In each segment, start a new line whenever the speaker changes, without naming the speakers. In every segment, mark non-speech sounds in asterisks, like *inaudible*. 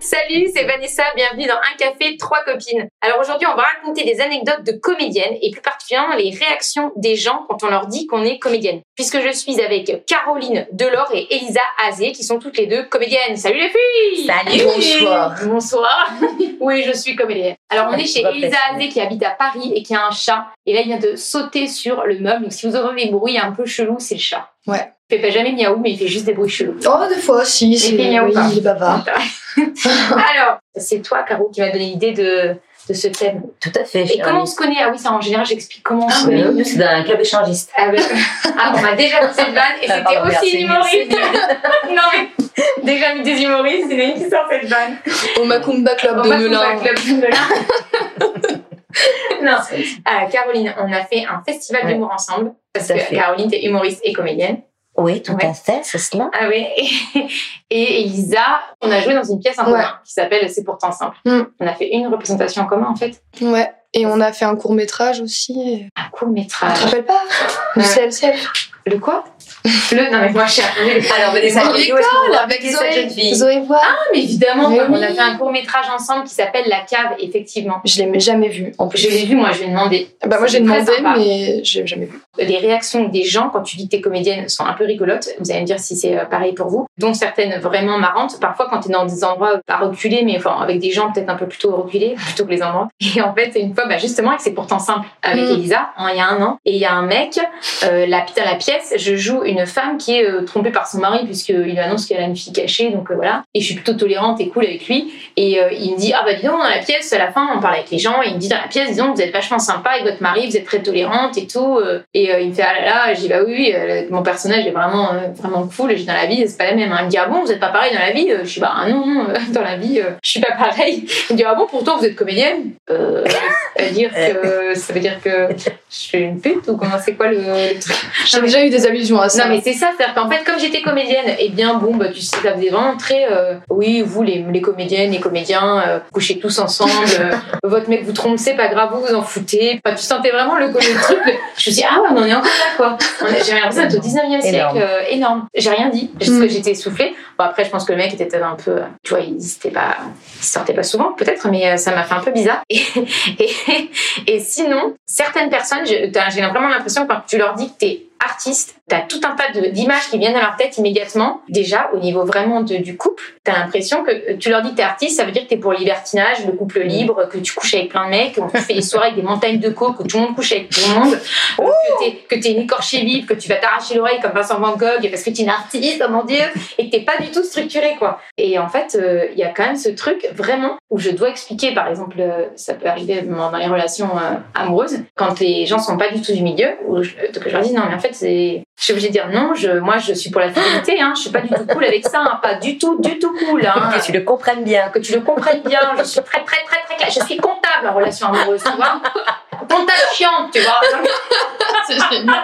Salut, c'est Vanessa, bienvenue dans Un café, trois copines. Alors aujourd'hui, on va raconter des anecdotes de comédiennes et plus particulièrement les réactions des gens quand on leur dit qu'on est comédienne. Puisque je suis avec Caroline Delors et Elisa Azé qui sont toutes les deux comédiennes. Salut les filles
Salut Bonsoir
Bonsoir Oui, je suis comédienne. Alors on est chez Elisa Azé qui habite à Paris et qui a un chat. Et là, il vient de sauter sur le meuble. Donc si vous entendez des bruits un peu chelous, c'est le chat.
Ouais.
Il fait pas jamais miaou, mais il fait juste des bruits chelous.
Oh, des fois, si, c'est
filles, hein, ou
oui,
pas
il est bavard.
*laughs* Alors, c'est toi, Caro, qui m'a donné l'idée de, de ce thème.
Tout à fait.
Et
Charlie.
comment on se connaît Ah oui, ça en général, j'explique comment on se
Ah
connaît.
oui, nous, c'est d'un club échangiste.
Ah, ben, ah, on m'a déjà fait cette vanne et
Ah,
c'était
pardon,
aussi
merci,
une humoriste. *laughs* non mais, déjà mis des humoristes, c'est une qui sort cette vanne.
Au Macumba Club
On
de
va couper
Melun.
le club de Melun. *laughs* Non, Ah, Caroline, on a fait un festival
Ouais.
d'humour ensemble parce
Tout à
que
fait.
Caroline, t'es humoriste et comédienne.
Oui, tout
Ouais.
à fait, c'est cela.
Ah oui. Et, *laughs* et Elisa, on a joué dans une pièce en
Ouais.
commun qui s'appelle C'est pourtant simple.
Mm.
On a fait une représentation en commun en fait,
Ouais. Et on a fait un court métrage aussi.
un court
Tu te
métrage.
rappelles pas Le
Ouais.
sel, sel.
Le quoi Le non mais moi cher.
*laughs* Alors, Vanessa,
Dans
Elio, est-ce que vous
avec
remarquez cette jeune fille
Zoé Voix.
mais évidemment,
Mais
on a
oui.
fait un court métrage ensemble qui s'aelle La cave effectivement.
Je l'ai jamais vu. En plus,
Je l'ai vu, moi je vais demander.
Bah, moi, j'ai
C'était très
demandé,
sympa.
mais j'ai jamais vu.
Les réactions des gens quand tu dis que t'es comédienne sont un peu rigolotes. Vous allez me dire si c'est euh, pareil pour vous. Dont certaines vraiment marrantes. Parfois quand t'es dans des endroits pas reculés, mais enfin avec des gens peut-être un peu plutôt reculés *laughs* plutôt que les endroits. Et en fait une fois, bah, justement, et que c'est pourtant simple avec
Mm.
Elisa, hein, il y a un an, et il y a un mec. euh, la dans la pièce, je joue une femme qui est euh, trompée par son mari puisqu'il lui annonce qu'elle a une fille cachée, donc euh, voilà. Et je suis plutôt tolérante et cool avec lui. Et euh, il me dit, ah bah dis donc, dans la pièce, à la fin, on parle avec les gens, et il me dit, dans la pièce, disons, vous êtes vachement sympa avec votre mari, vous êtes très tolérante et tout. euh. et euh, il me fait, ah là là, j'ai bah oui, oui, euh, mon personnage est vraiment, euh, vraiment cool, et je dis, dans la vie, c'est pas la même. hein. Il me dit, ah bon, vous êtes pas pareil dans la vie Euh, Je dis, bah ah non, non, euh, *laughs* dans la vie, euh, je suis pas pareil. Il me dit, ah bon, pourtant, vous êtes comédienne euh, ça, veut dire que, ça veut dire que je suis une pute ou comment c'est quoi le, le truc
J'ai déjà eu des allusions à euh, ça.
non mais c'est ça, c'est-à-dire qu'en fait comme j'étais comédienne, eh bien bon bah tu sais ça faisait vraiment très euh, oui vous les, les comédiennes, les comédiens, euh, couchez tous ensemble, euh, votre mec vous trompe, c'est pas grave, vous vous en foutez. Enfin, tu sentais vraiment le, le truc. le- Je me dis ah ouais on en est encore là quoi. On est- J'ai l'impression d'être au 19e siècle,
Énorme.
euh, énorme. J'ai rien dit parce que
Mm.
j'étais essoufflée. Bon après je pense que le mec était peut-être un peu, euh, tu vois il c'était pas, il sortait pas souvent peut-être, mais euh, ça m'a fait un peu bizarre. *laughs* Et, et- et sinon, certaines personnes, je- t'as- j'ai vraiment l'impression que quand tu leur dis que t'es artiste, t'as tout un tas de- d'images qui viennent à leur tête immédiatement. Déjà, au niveau vraiment de- du couple, t'as l'impression que euh, tu leur dis que t'es artiste, ça veut dire que t'es pour le libertinage, le couple libre, que tu couches avec plein de mecs, que tu fais des soirées avec des montagnes de coke, que tout le monde couche avec tout le monde, euh, que t'es- que t'es une écorchée vive, que tu vas t'arracher l'oreille comme Vincent Van Gogh parce que t'es une artiste, oh mon dieu, et que t'es pas du tout structuré, quoi. Et en fait, euh, il y a quand même ce truc vraiment où je dois expliquer, par exemple, euh, ça peut arriver dans dans les relations euh, amoureuses, quand les gens sont pas du tout du milieu, où je, euh, que je leur dis non, mais en fait, c'est. Je suis obligée de dire non, je, moi je suis pour la fidélité, hein, je suis pas du tout cool avec ça, hein, pas du tout, du tout cool. Hein
Que tu le comprennes bien.
que tu le comprennes bien. Je suis très, très, très, très claire. Je suis comptable en relation amoureuse, tu vois. Comptable chiante, tu vois.
c'est génial.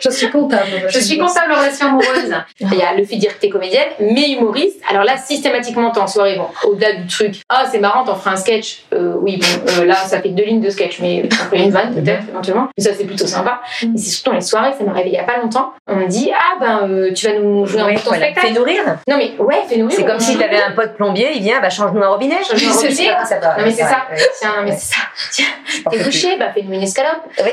Je suis comptable.
Je suis comptable en relation
*laughs*
amoureuse. Il y a le fait de dire que t'es comédienne, mais humoriste. Alors là, systématiquement, t'es en soirée. Bon, au-delà du truc, ah, c'est marrant, t'en feras un sketch. Euh, oui, bon, euh, là, ça fait deux lignes de sketch, mais on fait une vanne
Mm-hmm.
peut-être, éventuellement. Mais ça, c'est plutôt sympa.
Mm.
Mais c'est surtout dans les soirées, ça m'est arrivé il y a pas longtemps. On me dit, ah, ben, euh, tu vas nous jouer un
Ouais,
peu ton
voilà.
spectacle.
Fais-nous rire.
Non, mais ouais, fais-nous rire.
C'est comme
On-
si t'avais un pote plombier, il vient, bah change-nous un robinet.
Change-nous un
*laughs* C'est
robinet.
comme ça,
Non, mais c'est
ouais,
ça.
ouais.
Tiens, non, mais c'est ça.
Je pense
T'es
que tu-
couché, bah fais-nous une escalope.
*laughs* Ouais.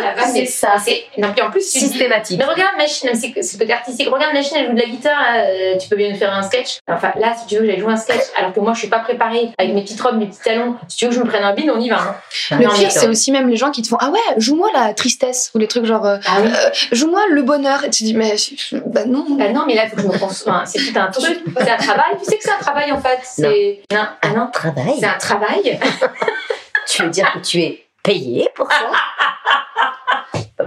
La vanne,
C'est ça.
c'est- Non, puis en plus, tu dis,
Systématique.
mais regarde, machine, c'est que- c'est le côté artistique. Regarde, machine, elle joue de la guitare, là, euh, tu peux bien nous faire un sketch. Enfin, là, si tu veux que j'aille jouer un sketch, alors que moi, je suis pas préparée avec mes petites robes, mes petits talons. Si tu veux que je me prenne un bide, on y va. hein.
Le
Non, mais
pire, c'est
attends.
aussi même les gens qui te font Ah ouais, joue-moi la tristesse ou les trucs genre euh,
Ah oui.
Joue-moi le bonheur. Et tu dis Mais bah non.
Bah non, mais là, faut que je me pense. enfin, c'est tout un truc. C'est un travail. Tu sais que c'est un travail, en fait. C'est. Non, ah non.
Travail.
C'est un travail.
*laughs* Tu veux dire que tu es payé pour ça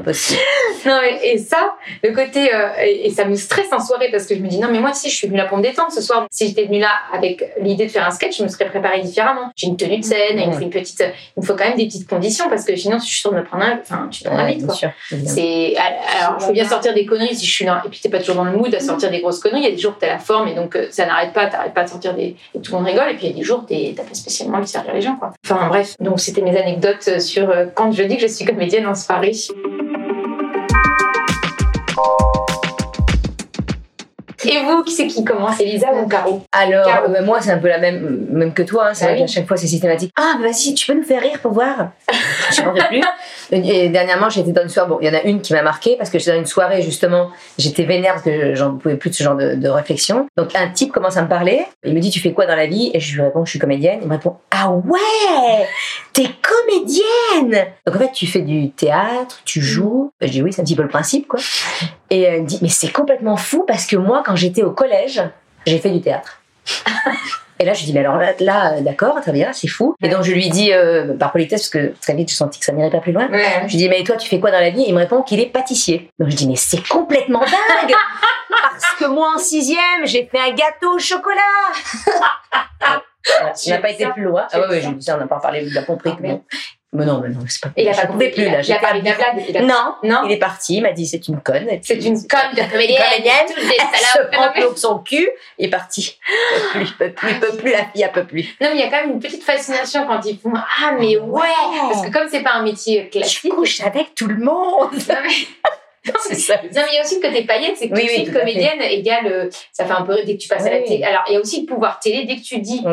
possible.
*laughs* Non, mais- et ça, le côté. euh, et, et ça me stresse en soirée parce que je me dis, non, mais moi, si je suis venue là pour me détendre ce soir, si j'étais venue là avec l'idée de faire un sketch, je me serais préparée différemment. J'ai une tenue de scène, il me faut une petite. Il me faut quand même des petites conditions parce que sinon, je suis sûre de me prendre un. Enfin, tu te prends un
Ouais,
vite,
bien
quoi.
sûr, évidemment.
C'est alors je veux bien sortir des conneries si je suis là et puis t'es pas toujours dans le mood à sortir des grosses conneries. Il y a des jours où t'as la forme et donc euh, ça n'arrête pas, t'arrêtes pas de sortir des et tout le monde rigole et puis il y a des jours où t'es- t'as pas spécialement envie de servir les gens quoi. Enfin bref donc c'était mes anecdotes sur euh, quand je dis que je suis comédienne en soirée. Et vous qui c'est qui commence Elisa ou Caro
Alors,
Caro.
euh, bah, moi, c'est un peu la même, même que toi. hein, c'est
Ah
vrai
oui.
qu'à chaque fois, c'est systématique. Ah, bah, vas-y, tu peux nous faire rire pour voir. Je n'en peux plus. Et dernièrement, j'étais dans une soirée. Bon, il y en a une qui m'a marquée parce que j'étais dans une soirée, justement. J'étais vénère parce que j'en pouvais plus de ce genre de, de réflexion. Donc, un type commence à me parler. Il me dit, tu fais quoi dans la vie Et je lui réponds, je suis comédienne. Il me répond, ah ouais T'es comédienne Donc, en fait, tu fais du théâtre, tu joues. Bah, Je dis, oui, c'est un petit peu le principe, quoi. Et elle me dit, mais c'est complètement fou parce que moi, quand j'étais au collège, j'ai fait du théâtre. *laughs* Et là, je lui dis, mais alors là, là, euh, d'accord, très bien, c'est fou. Et donc, je lui dis, euh, par politesse, parce que très vite, je sentis que ça n'irait pas plus loin.
Ouais.
Je lui dis, mais toi, tu fais quoi dans la vie Il me répond qu'il est pâtissier. Donc, je dis, mais c'est complètement dingue Parce que moi, en sixième, j'ai fait un gâteau au chocolat Voilà, On n'a pas été
ça.
plus loin.
Tu
Ah ouais,
aimes
ouais,
ça.
je lui dis ça, on n'a pas parlé, il a compris que bon. Mais non, mais non, c'est pas
Il a
j'en
pas
pouvais
compris.
plus,
il a-
là.
Il a
j'étais
parlé de la blague. il a-
Non,
Non.
il est parti, il m'a dit, c'est une conne.
C'est une conne de comédienne.
Comédienne,
Toutes des
Elle
salopes.
se
Non,
prend
mais-
pour son cul et est partie. Peut plus, peut plus, peut plus, la fille, elle peut plus.
Non, mais il y a quand même une petite fascination quand ils font Ah, mais ouais Parce que comme c'est pas un métier
Oh, *laughs* Je
classique.
couche avec tout le
*laughs*
monde.
Non, mais-
C'est ça.
Non, mais il y a aussi le côté paillette, c'est que
Oui,
tout de
oui,
suite,
tout à fait.
comédienne égale. euh, Ça fait un peu rire dès que tu passes à la
Oui.
télé. Alors, il y a aussi le pouvoir télé. Dès que tu dis,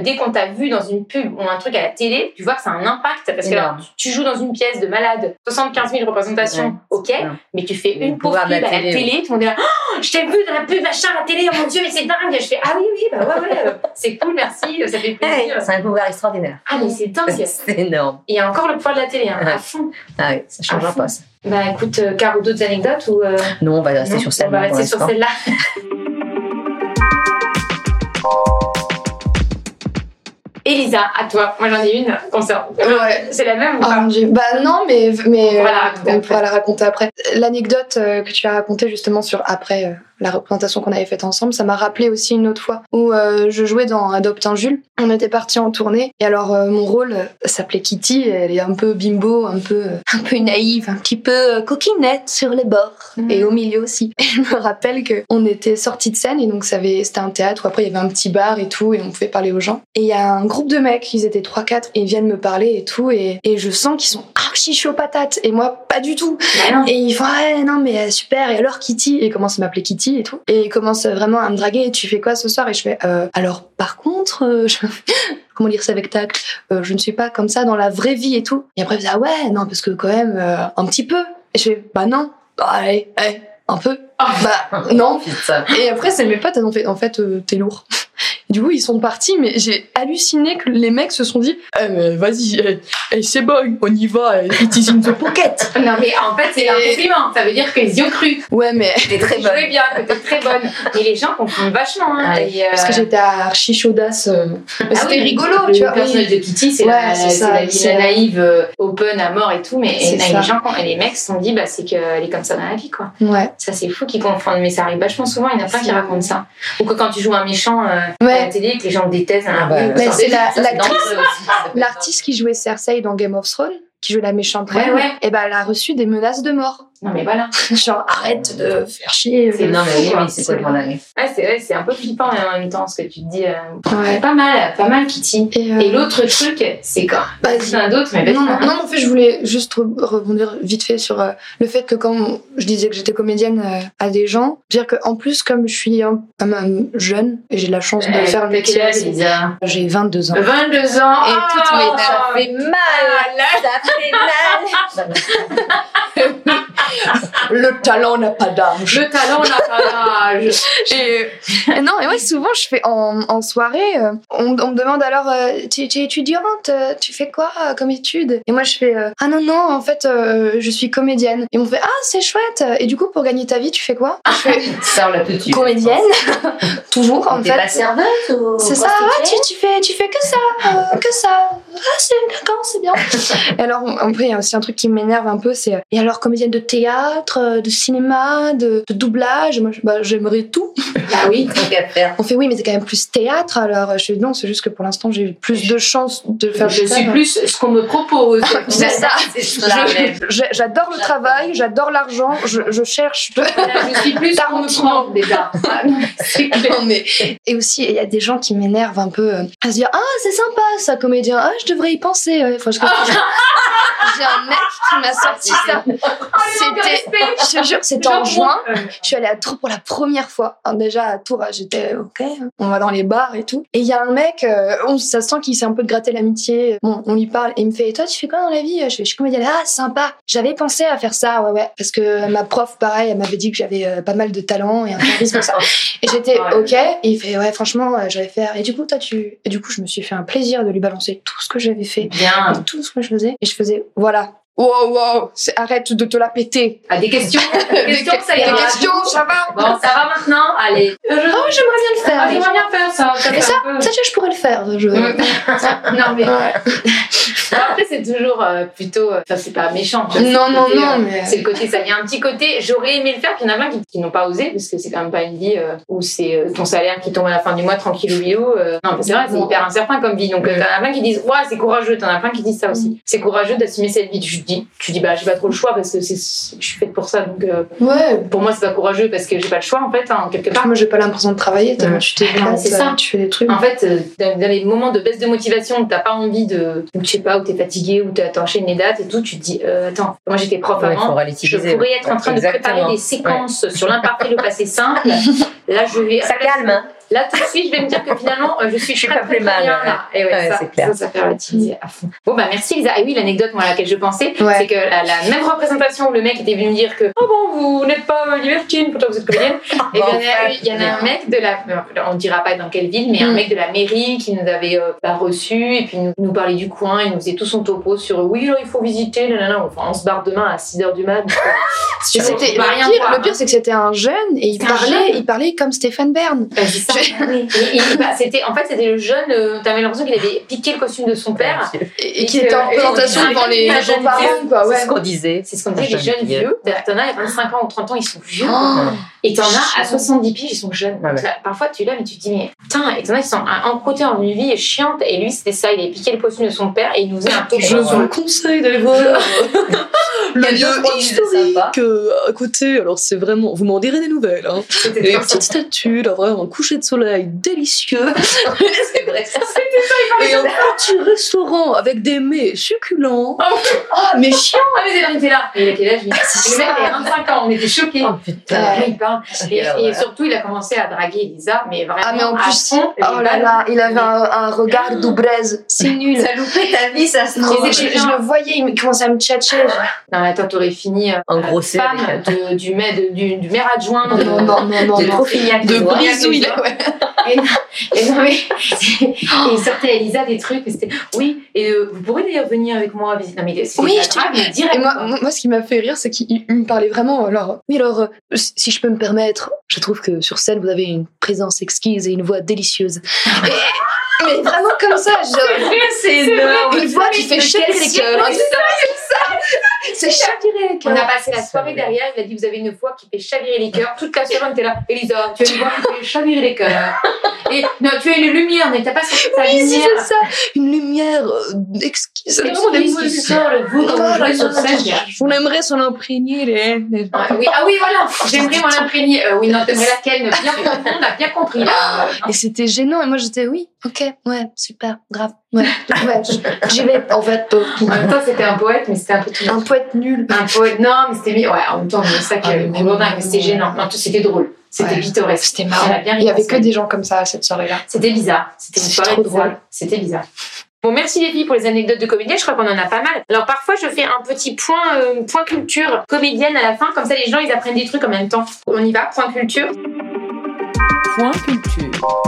dès qu'on t'a vu dans une pub ou un truc à la télé, tu vois que ça a un impact. Parce que
Énorme.
alors, tu joues dans une pièce de malade, 75 000 représentations,
Ouais.
ok,
Énorme.
mais tu fais
Le
une pauvre
pouvoir
pub
de la
à la
télé,
télé, tout le monde est là. Oh, je t'ai vu dans la pub, machin, à la télé, oh mon dieu, mais c'est dingue. Je fais, ah oui, oui, bah ouais, ouais, euh, c'est cool, merci, ça fait
*laughs* Hey,
plaisir.
c'est un pouvoir extraordinaire. *laughs*
Ah, mais c'est dingue.
C'est énorme.
Il y a encore le poids de la télé, hein,
Ouais.
à fond.
Ah oui, ça change
À
un
fond.
pas. ça.
Bah écoute, euh, Caro, d'autres anecdotes ou. euh,
Non, on va
Bah,
rester
non,
sur celle-là.
On va
pour
rester sur
l'instant.
celle-là. *laughs* Elisa, à toi. Moi j'en ai une. concernant-
Ouais.
C'est la même ou
Ah
pas
mon dieu. Bah non, mais, mais
On pourra
euh,
la raconter
on
après.
pourra la raconter après. L'anecdote euh, que tu as racontée justement sur après euh, la représentation qu'on avait faite ensemble, ça m'a rappelé aussi une autre fois où euh, je jouais dans Adopte un Jules. On était parti en tournée et alors euh, mon rôle euh, s'appelait Kitty. et Elle est un peu bimbo, un peu euh, un peu naïve, un petit peu euh, coquinette sur les bords
Mhm.
et au milieu aussi. *laughs* Et je me rappelle que on était sortis de scène et donc ça avait c'était un théâtre où après il y avait un petit bar et tout et on pouvait parler aux gens. Et il y a un groupe de mecs, ils étaient 3 4 et ils viennent me parler et tout et, et je sens qu'ils sont archi chauds patates et moi pas du tout.
Bah, non.
Et ils font ouais non mais euh, super et alors Kitty et ils commencent à m'appeler Kitty et tout et ils commencent euh, vraiment à me draguer et tu fais quoi ce soir et je fais Euh, alors par contre euh, *laughs* je- comment dire ça avec tact Euh, je ne suis pas comme ça dans la vraie vie et tout et après ils disent, ah ouais non parce que quand même euh, un petit peu et je fais bah non Bah, allez allez, un *laughs* peu bah non
Putain.
et après, c'est mes potes, elles ont fait en fait, euh, t'es lourd. Du coup, ils sont partis, mais j'ai halluciné que les mecs se sont dit Eh, mais vas-y, eh, eh, c'est bon, on y va, eh, it is in the pocket.
*laughs*
*laughs*
Non mais en fait c'est un
Et-
compliment. Ça veut dire qu'ils y ont cru.
Ouais, mais
T'es très
Je
bonne.
jouais bien, que t'es très bonne. Et les gens comprennent vachement. Hein,
Ouais.
et, euh,
parce que j'étais archi chaudasse. euh,
ah
C'était
oui,
rigolo,
le
tu vois.
personnage
oui.
de Kitty, c'est
Ouais,
la,
c'est
c'est
ça,
la vie
c'est-
naïve, euh, open à mort et tout. Mais et
C'est
les
ça.
gens, et les mecs se sont dit, bah c'est qu'elle est comme ça dans la vie quoi.
Ouais.
Ça, c'est fou qu'ils confondent, mais ça arrive vachement souvent. Il y en a plein qui racontent ça. Ou que quand tu joues un méchant euh, à la
Ouais.
télé, que les gens le détestent.
Ah
hein,
bah,
oui,
Mais
ça,
c'est la- l'actrice-
dangereux aussi.
L'artiste qui jouait Cersei dans Game of Thrones, qui jouait la méchante
Ouais,
reine,
ouais.
et ben, elle a reçu des menaces de mort. *laughs*
Non, mais voilà.
Genre, arrête de faire chier. euh,
C'est
Non, mais oui,
fou,
mais c'est
absolument.
complètement dingue.
Ouais, c'est ouais, c'est un peu flippant mais en même temps ce que tu te dis. euh,
Ouais.
Pas mal, pas mal, Kitty.
Et, euh,
Et l'autre truc, c'est quand
vas-y.
Plein d'autres, mais
non,
vas-y.
non, non, en fait, je voulais juste re- rebondir vite fait sur euh, le fait que quand je disais que j'étais comédienne euh, à des gens, dire que en plus, comme je suis un- quand même jeune et j'ai la chance de
Euh,
faire
t'as
le
quel
métier,
âge, Lisa
j'ai 22 ans.
22 ans. Ah
Et toutes mes dames.
ça
Oh,
fait mal. *laughs*
Ça fait mal.
Le talent n'a pas d'âge.
Le talent n'a pas
*laughs*
d'âge.
Et- *laughs* non, et ouais, souvent, je fais en, en soirée, euh, on, on me demande alors, euh, tu, tu es étudiante, euh, tu fais quoi euh, comme études Et moi, je fais, euh, ah non, non, en fait, euh, je suis comédienne. Et on me fait, ah, c'est chouette. Et du coup, pour gagner ta vie, tu fais quoi
Ça, on l'a tout de suite.
Comédienne, Ah, toujours, en
T'es pas
fait.
serveuse ou
C'est ça, ouais, tu, tu fais, tu fais que ça, euh, que ça. Ah, c'est d'accord, c'est *laughs* bien. et alors, on- après, il y a aussi un truc qui m'énerve un peu, c'est euh, et alors comédienne de théâtre, euh, de cinéma, de, de doublage, moi, je- bah, j'aimerais tout.
Bah oui.
Tant qu'à faire.
On fait oui, mais c'est quand même plus théâtre. Alors, je fais non, c'est juste que pour l'instant, j'ai eu plus de chances de faire
je
des
suis
scènes.
plus ce qu'on me propose.
Ah, C'est ça.
C'est cela
Je-
même.
j'ai- J'adore le travail, j'adore l'argent, je, je cherche. de-
Je suis plus ce qu'on me
Tarantino.
prend
*laughs*
déjà. C'est clair.
Et aussi, il y a des gens qui m'énervent un peu euh, à se dire Ah, c'est sympa ça, comédien, ah, je devrais y penser. Ouais, Enfin,
*laughs*
je comprends. J'ai un mec qui m'a sorti ça.
Oh,
C'était, je te jure, c'était en juin.
euh,
Je suis allée à Tours pour la première fois. Alors déjà à Tours, j'étais ok. On va dans les bars et tout. Et il y a un mec, euh, on, ça sent qu'il s'est un peu de gratter l'amitié. Bon, on lui parle et il me fait et toi tu fais quoi dans la vie Je fais je suis comédienne. Ah sympa. J'avais pensé à faire ça ouais ouais parce que ma prof pareil elle m'avait dit que j'avais euh, pas mal de talent et un
*laughs*
charisme comme ça. Et j'étais
Ouais.
ok. Et il fait ouais franchement euh, j'allais faire. Et du coup toi tu et du coup je me suis fait un plaisir de lui balancer tout ce que j'avais fait.
Eh Bien.
Tout ce que je faisais et je faisais voilà. Wow, wow, c'est- arrête de te la péter.
Ah, des questions Des questions, ça
Des
ira.
questions, ça va
Bon, ça va maintenant Allez.
Oh, j'aimerais bien le faire.
Ah, j'aimerais bien faire ça.
Et
fait un peu-
Ça, tu vois, je pourrais le faire. Je...
Mm. Non, mais
Ouais.
*laughs* après, c'est toujours euh, plutôt. euh, Enfin, c'est pas méchant. tu vois,
*laughs* Non,
c'est le
non,
côté,
non,
euh,
mais-
C'est le côté, ça. Il y a un petit côté, j'aurais aimé le faire, puis il y en a plein qui, qui n'ont pas osé, parce que c'est quand même pas une vie euh, où c'est euh, ton salaire qui tombe à la fin du mois, tranquille ou bilou. euh, non, mais c'est vrai, c'est hyper incertain comme vie. Donc, euh, t'en as plein qui disent, ouais, c'est courageux, t'en as plein qui disent ça aussi. C'est courageux d'assumer cette vie. Tu te dis, tu dis, bah, j'ai pas trop le choix parce que c'est, je suis faite pour ça. Donc, euh,
Ouais.
pour moi, c'est pas courageux parce que j'ai pas le choix, en fait, hein, quelque part.
Moi, j'ai pas l'impression de travailler. tellement
Mm.
Tu t'es
Non, c'est ça.
tu fais des trucs.
En fait, euh, dans dans les moments de baisse de motivation où t'as pas envie de, ou tu sais pas, où t'es fatigué, où t'as enchaîné les dates et tout, tu te dis, euh, attends, moi j'étais prof
Ouais,
avant,
faut
je
relativiser.
pourrais être en train de
Exactement.
préparer des séquences sur l'imparfait, le passé simple. Là, je vais.
Ça calme, hein.
Là, tout de suite, je vais me dire que finalement, euh, je suis,
Je suis
très,
pas
très, très
plus mal,
bien,
ouais.
là. Et ouais,
Ouais,
ça,
c'est clair.
ça, ça fait relativiser à fond. Bon, bah merci Lisa. Et oui, l'anecdote moi, à laquelle je pensais,
Ouais.
c'est que à la même représentation où le mec était venu me dire que Oh bon, vous n'êtes pas euh, libertine, pourtant vous êtes comédienne.
*laughs*
Et bien, il y en a
Bon,
eu- il y en a un
merde.
mec de la. On dira pas dans quelle ville, mais un
Mm.
mec de la mairie qui nous avait euh, bah, reçus et puis nous, nous parlait du coin. Il nous faisait tout son topo sur Oui, là, il faut visiter, nanana. Enfin, on se barre demain à 6h du mat. donc, euh,
Et
on
c'était
peut pas rien
le pire,
voir,
le pire, c'est que c'était un jeune et il
C'est un
parlait,
jeune.
il parlait comme Stéphane Bern.
Bah, c'est ça. Et- et- bah, c'était, en fait, c'était le jeune, euh, t'avais l'impression qu'il avait piqué le costume de son père. Ah
Et, et
Et
qui
que-
était en
et
présentation
on dirait
devant les
la
gens
jeune
parents, quoi.
C'est
Ouais.
ce qu'on disait.
C'est ce qu'on dit,
Un
les
jeune
jeunes
vieux.
vieux. C'est-à-dire, T'en as à 25 ans ou 30 ans, ils sont vieux.
Oh.
Et t'en as à 70 piges, ils sont jeunes.
Ouais, ouais.
Ça, Parfois, tu l'as, mais tu te dis, mais putain, et t'en as, ils sont à un côté en une vie chiante. Et lui, c'était ça, il avait piqué le costume de son père et il nous faisait un topo.
Je vous
conseille d'aller voir *laughs*
Quel lieu beau musée historique, sympa.
euh, à côté. Alors, c'est vraiment. Vous m'en direz des nouvelles. Hein.
C'était
une petite statue, là, vraiment un coucher de soleil délicieux.
*laughs*
c'est vrai.
Et un petit restaurant avec des mets succulents.
Ah
Ah, mais chiant!
Ah, mais c'est- on était là. Et il a quel âge, lui Le mec avait 25 ans, on était choqués.
Oh putain.
Et il parle. Et,
Alors,
et
voilà.
surtout, il a commencé à draguer Elisa, mais vraiment.
Ah, mais en
à
plus,
fond,
oh là
et
là, il avait un, un regard
Ah.
d'oubraise. C'est nul.
Ça loupé ta vie, ça se
Non,
trouve.
je, je le voyais, il me- commençait à me tchatcher.
Non, mais attends, t'aurais fini euh,
En gros, c'est
femme
avec-
de- du, maire- de- du, du maire adjoint.
Non,
de-
non, non, non, non.
De
non.
Brofignac.
De
tu vois.
brise où il est.
Et non, mais. et il sortait à Elisa des trucs, et c'était. Oui, et euh, vous pourrez d'ailleurs venir avec moi visiter. Non, mais c'est
Oui,
pas
je te-
grave, mais direct.
Et moi, moi, moi, ce qui m'a fait rire, c'est qu'il il me parlait vraiment. Alors, oui, alors, euh, si je peux me permettre, je trouve que sur scène, vous avez une présence exquise et une voix délicieuse. Et- mais vraiment comme ça, je-
C'est énorme.
une voix qui fait chérir les cœurs. hein, c'est ça. C'est chavirer les
on
cœurs.
a passé la soirée derrière, il a dit Vous avez une voix qui fait chavirer les cœurs. Toute la soirée, on était là. Elisa, tu as une voix qui fait chavirer les cœurs. Et non, tu as une lumière, mais t'as pas cette ta
Oui, si,
lumière.
c'est ça. Une lumière euh, exquise.
C'est
Vraiment des
vraiment qui
mots-
sort le vous
Oh
quand vous jouez sur scène. il y a-
On aimerait s'en imprégner, les. les-
Ah oui, ah oui, voilà, j'aimerais m'en imprégner. Euh, oui, non, t'aimerais laquelle Bien compris, on a bien compris. Là.
Et c'était gênant, et moi j'étais oui, ok, ouais, super, grave, ouais, ouais, je- j'y vais, en fait, euh,
En même temps, c'était un poète, mais c'était un peu tout.
un poète nul.
Un poète, non, mais c'était mis. Ouais, en même temps, c'est ça qui
Ah,
est
mais
mais bon,
oui,
mais c'était
oui.
gênant. Non, tout, c'était drôle. C'était
Ouais.
pittoresque.
C'était
On
marrant.
a bien
Il y
ri
avait
parce
que des gens comme ça à cette soirée-là.
C'était bizarre. C'était une
C'est
soirée
trop
bizarre.
drôle.
C'était bizarre. Bon, merci les filles pour les anecdotes de comédiennes. Je crois qu'on en a pas mal. Alors parfois, je fais un petit point, euh, point culture comédienne à la fin. Comme ça, les gens, ils apprennent des trucs en même temps. On y va, point culture.
Point culture.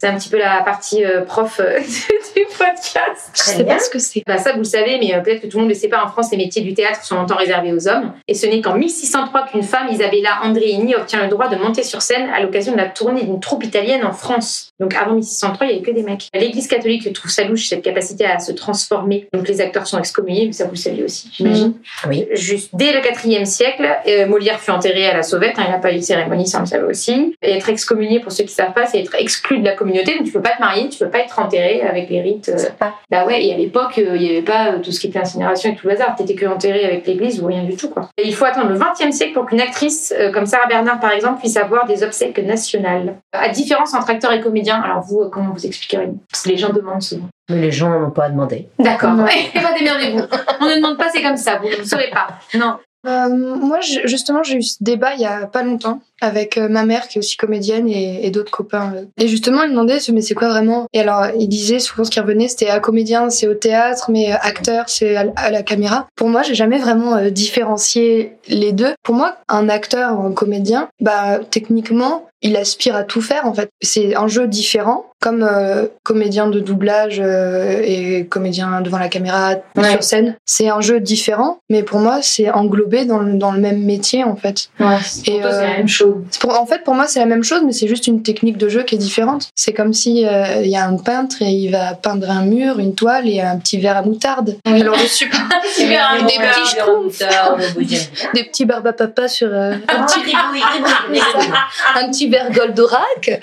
C'est un petit peu la partie euh, prof euh, *laughs* du podcast.
Je
Très
sais
bien.
pas ce que c'est.
Bah ça, vous le savez, mais euh, peut-être que tout le monde ne le sait pas, en France, les métiers du théâtre sont longtemps réservés aux hommes. Et ce n'est qu'en 1603 qu'une femme, Isabella Andreini, obtient le droit de monter sur scène à l'occasion de la tournée d'une troupe italienne en France. Donc avant 1603, il n'y avait que des mecs. L'Église catholique trouve ça louche, cette capacité à se transformer. Donc les acteurs sont excommuniés, mais ça, vous le saviez aussi, j'imagine.
Oui.
Juste dès le IVe siècle, euh, Molière fut enterré à la Sauvette. hein, il n'a pas eu de cérémonie, ça on le savait aussi. Et être excommunié, pour ceux qui ne savent pas, c'est être exclu de la communauté. Donc tu peux pas te marier, tu peux pas être enterré avec les rites. euh,
C'est pas-
bah ouais, et à l'époque, euh, il n'y avait pas euh, tout ce qui était incinération et tout le hasard. T'étais que enterré avec l'église ou rien du tout, quoi. Et il faut attendre le XXe siècle pour qu'une actrice euh, comme Sarah Bernard, par exemple, puisse avoir des obsèques nationales. Euh, À différence entre acteur et comédien, alors vous, euh, comment vous expliquerez Parce que les gens demandent souvent.
Mais les gens n'ont pas demandé.
D'accord.
Non.
Eh ben, démerdez-vous. On ne demande pas, c'est comme ça, vous ne saurez pas. Non.
Euh, moi, je- justement, j'ai eu ce débat il y a pas longtemps avec euh, ma mère qui est aussi comédienne et, et d'autres copains. euh. Et justement, ils demandaient ce, mais c'est quoi vraiment Et alors, ils disaient souvent ce qui revenait, c'était à comédien, c'est au théâtre, mais euh, acteur, c'est à, l- à la caméra. Pour moi, j'ai jamais vraiment euh, différencié les deux. Pour moi, un acteur ou un comédien, bah techniquement, il aspire à tout faire en fait. C'est un jeu différent, comme euh, comédien de doublage euh, et comédien devant la caméra
Ouais.
sur scène. C'est un jeu différent, mais pour moi, c'est englobé dans le, dans le même métier en fait. euh,
Et euh,
toi, c'est la
même chose.
C'est pour- en fait, pour moi, c'est la même chose, mais c'est juste une technique de jeu qui est différente. C'est comme si euh, il y a un peintre et il va peindre un mur, une toile et un petit verre à moutarde.
Ah
Il en reçut pas.
Super,
des petits schtroumpfs. Des petits barbapapa sur euh,
Un petit gribouille,
Ah,
gribouille, gribouille.
un petit verre Goldorak. *laughs*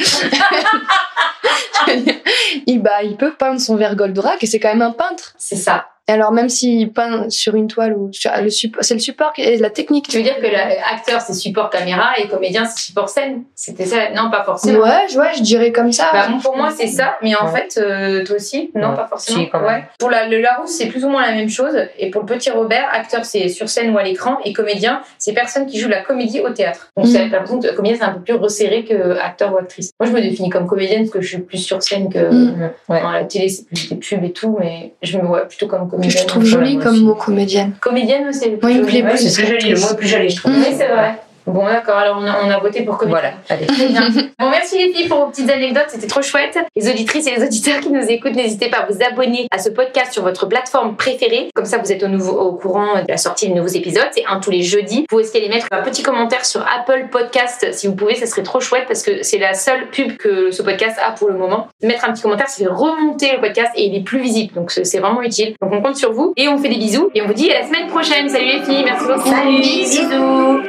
il, bah, il peut peindre son verre Goldorak et c'est quand même un peintre.
C'est ça.
Et alors, même s'il peint sur une toile ou sur le support, c'est le support qui est la technique.
Tu veux dire que l'acteur, c'est support caméra et comédien, c'est support scène C'était ça Non, pas forcément.
Ouais, je- ouais, je dirais comme ça.
Bah, pour moi, c'est ça, mais en
Ouais.
fait, euh, toi aussi Non,
Ouais.
pas forcément.
Si, quand même.
Ouais. Pour la- le Larousse, c'est plus ou moins la même chose. Et pour le petit Robert, acteur, c'est sur scène ou à l'écran, et comédien, c'est personne qui joue la comédie au théâtre.
Mm.
Donc,
Mhm.
c'est l'impression que comédien, c'est un peu plus resserré que acteur ou actrice. Moi, je me définis comme comédienne parce que je suis plus sur scène que
Mhm.
Mm. Ouais.
à la télé, c'est plus des pubs et tout, mais je me vois plutôt comme
Que
comédienne.
je trouve
Voilà,
joli
moi
comme
aussi.
mot comédienne.
Comédienne, c'est le plus
Moi, il me
joli.
plaît
Ouais,
plus.
C'est très joli, le mot est plus joli, je trouve.
Mm.
Oui, c'est vrai. Bon, d'accord, alors on a, on a voté pour comédien.
Voilà, allez.
Très bien. Bon, merci les filles pour vos petites anecdotes, c'était trop chouette. Les auditrices et les auditeurs qui nous écoutent, n'hésitez pas à vous abonner à ce podcast sur votre plateforme préférée. Comme ça, vous êtes au, nouveau, au courant de la sortie des nouveaux épisodes. C'est un tous les jeudis. Vous pouvez aller mettre un petit commentaire sur Apple Podcast si vous pouvez, ça serait trop chouette parce que c'est la seule pub que ce podcast a pour le moment. Mettre un petit commentaire, ça fait remonter le podcast et il est plus visible. Donc, c'est c'est vraiment utile. Donc, on compte sur vous et on vous fait des bisous et on vous dit à la semaine prochaine. Salut les filles, merci beaucoup.
Salut,
bisous.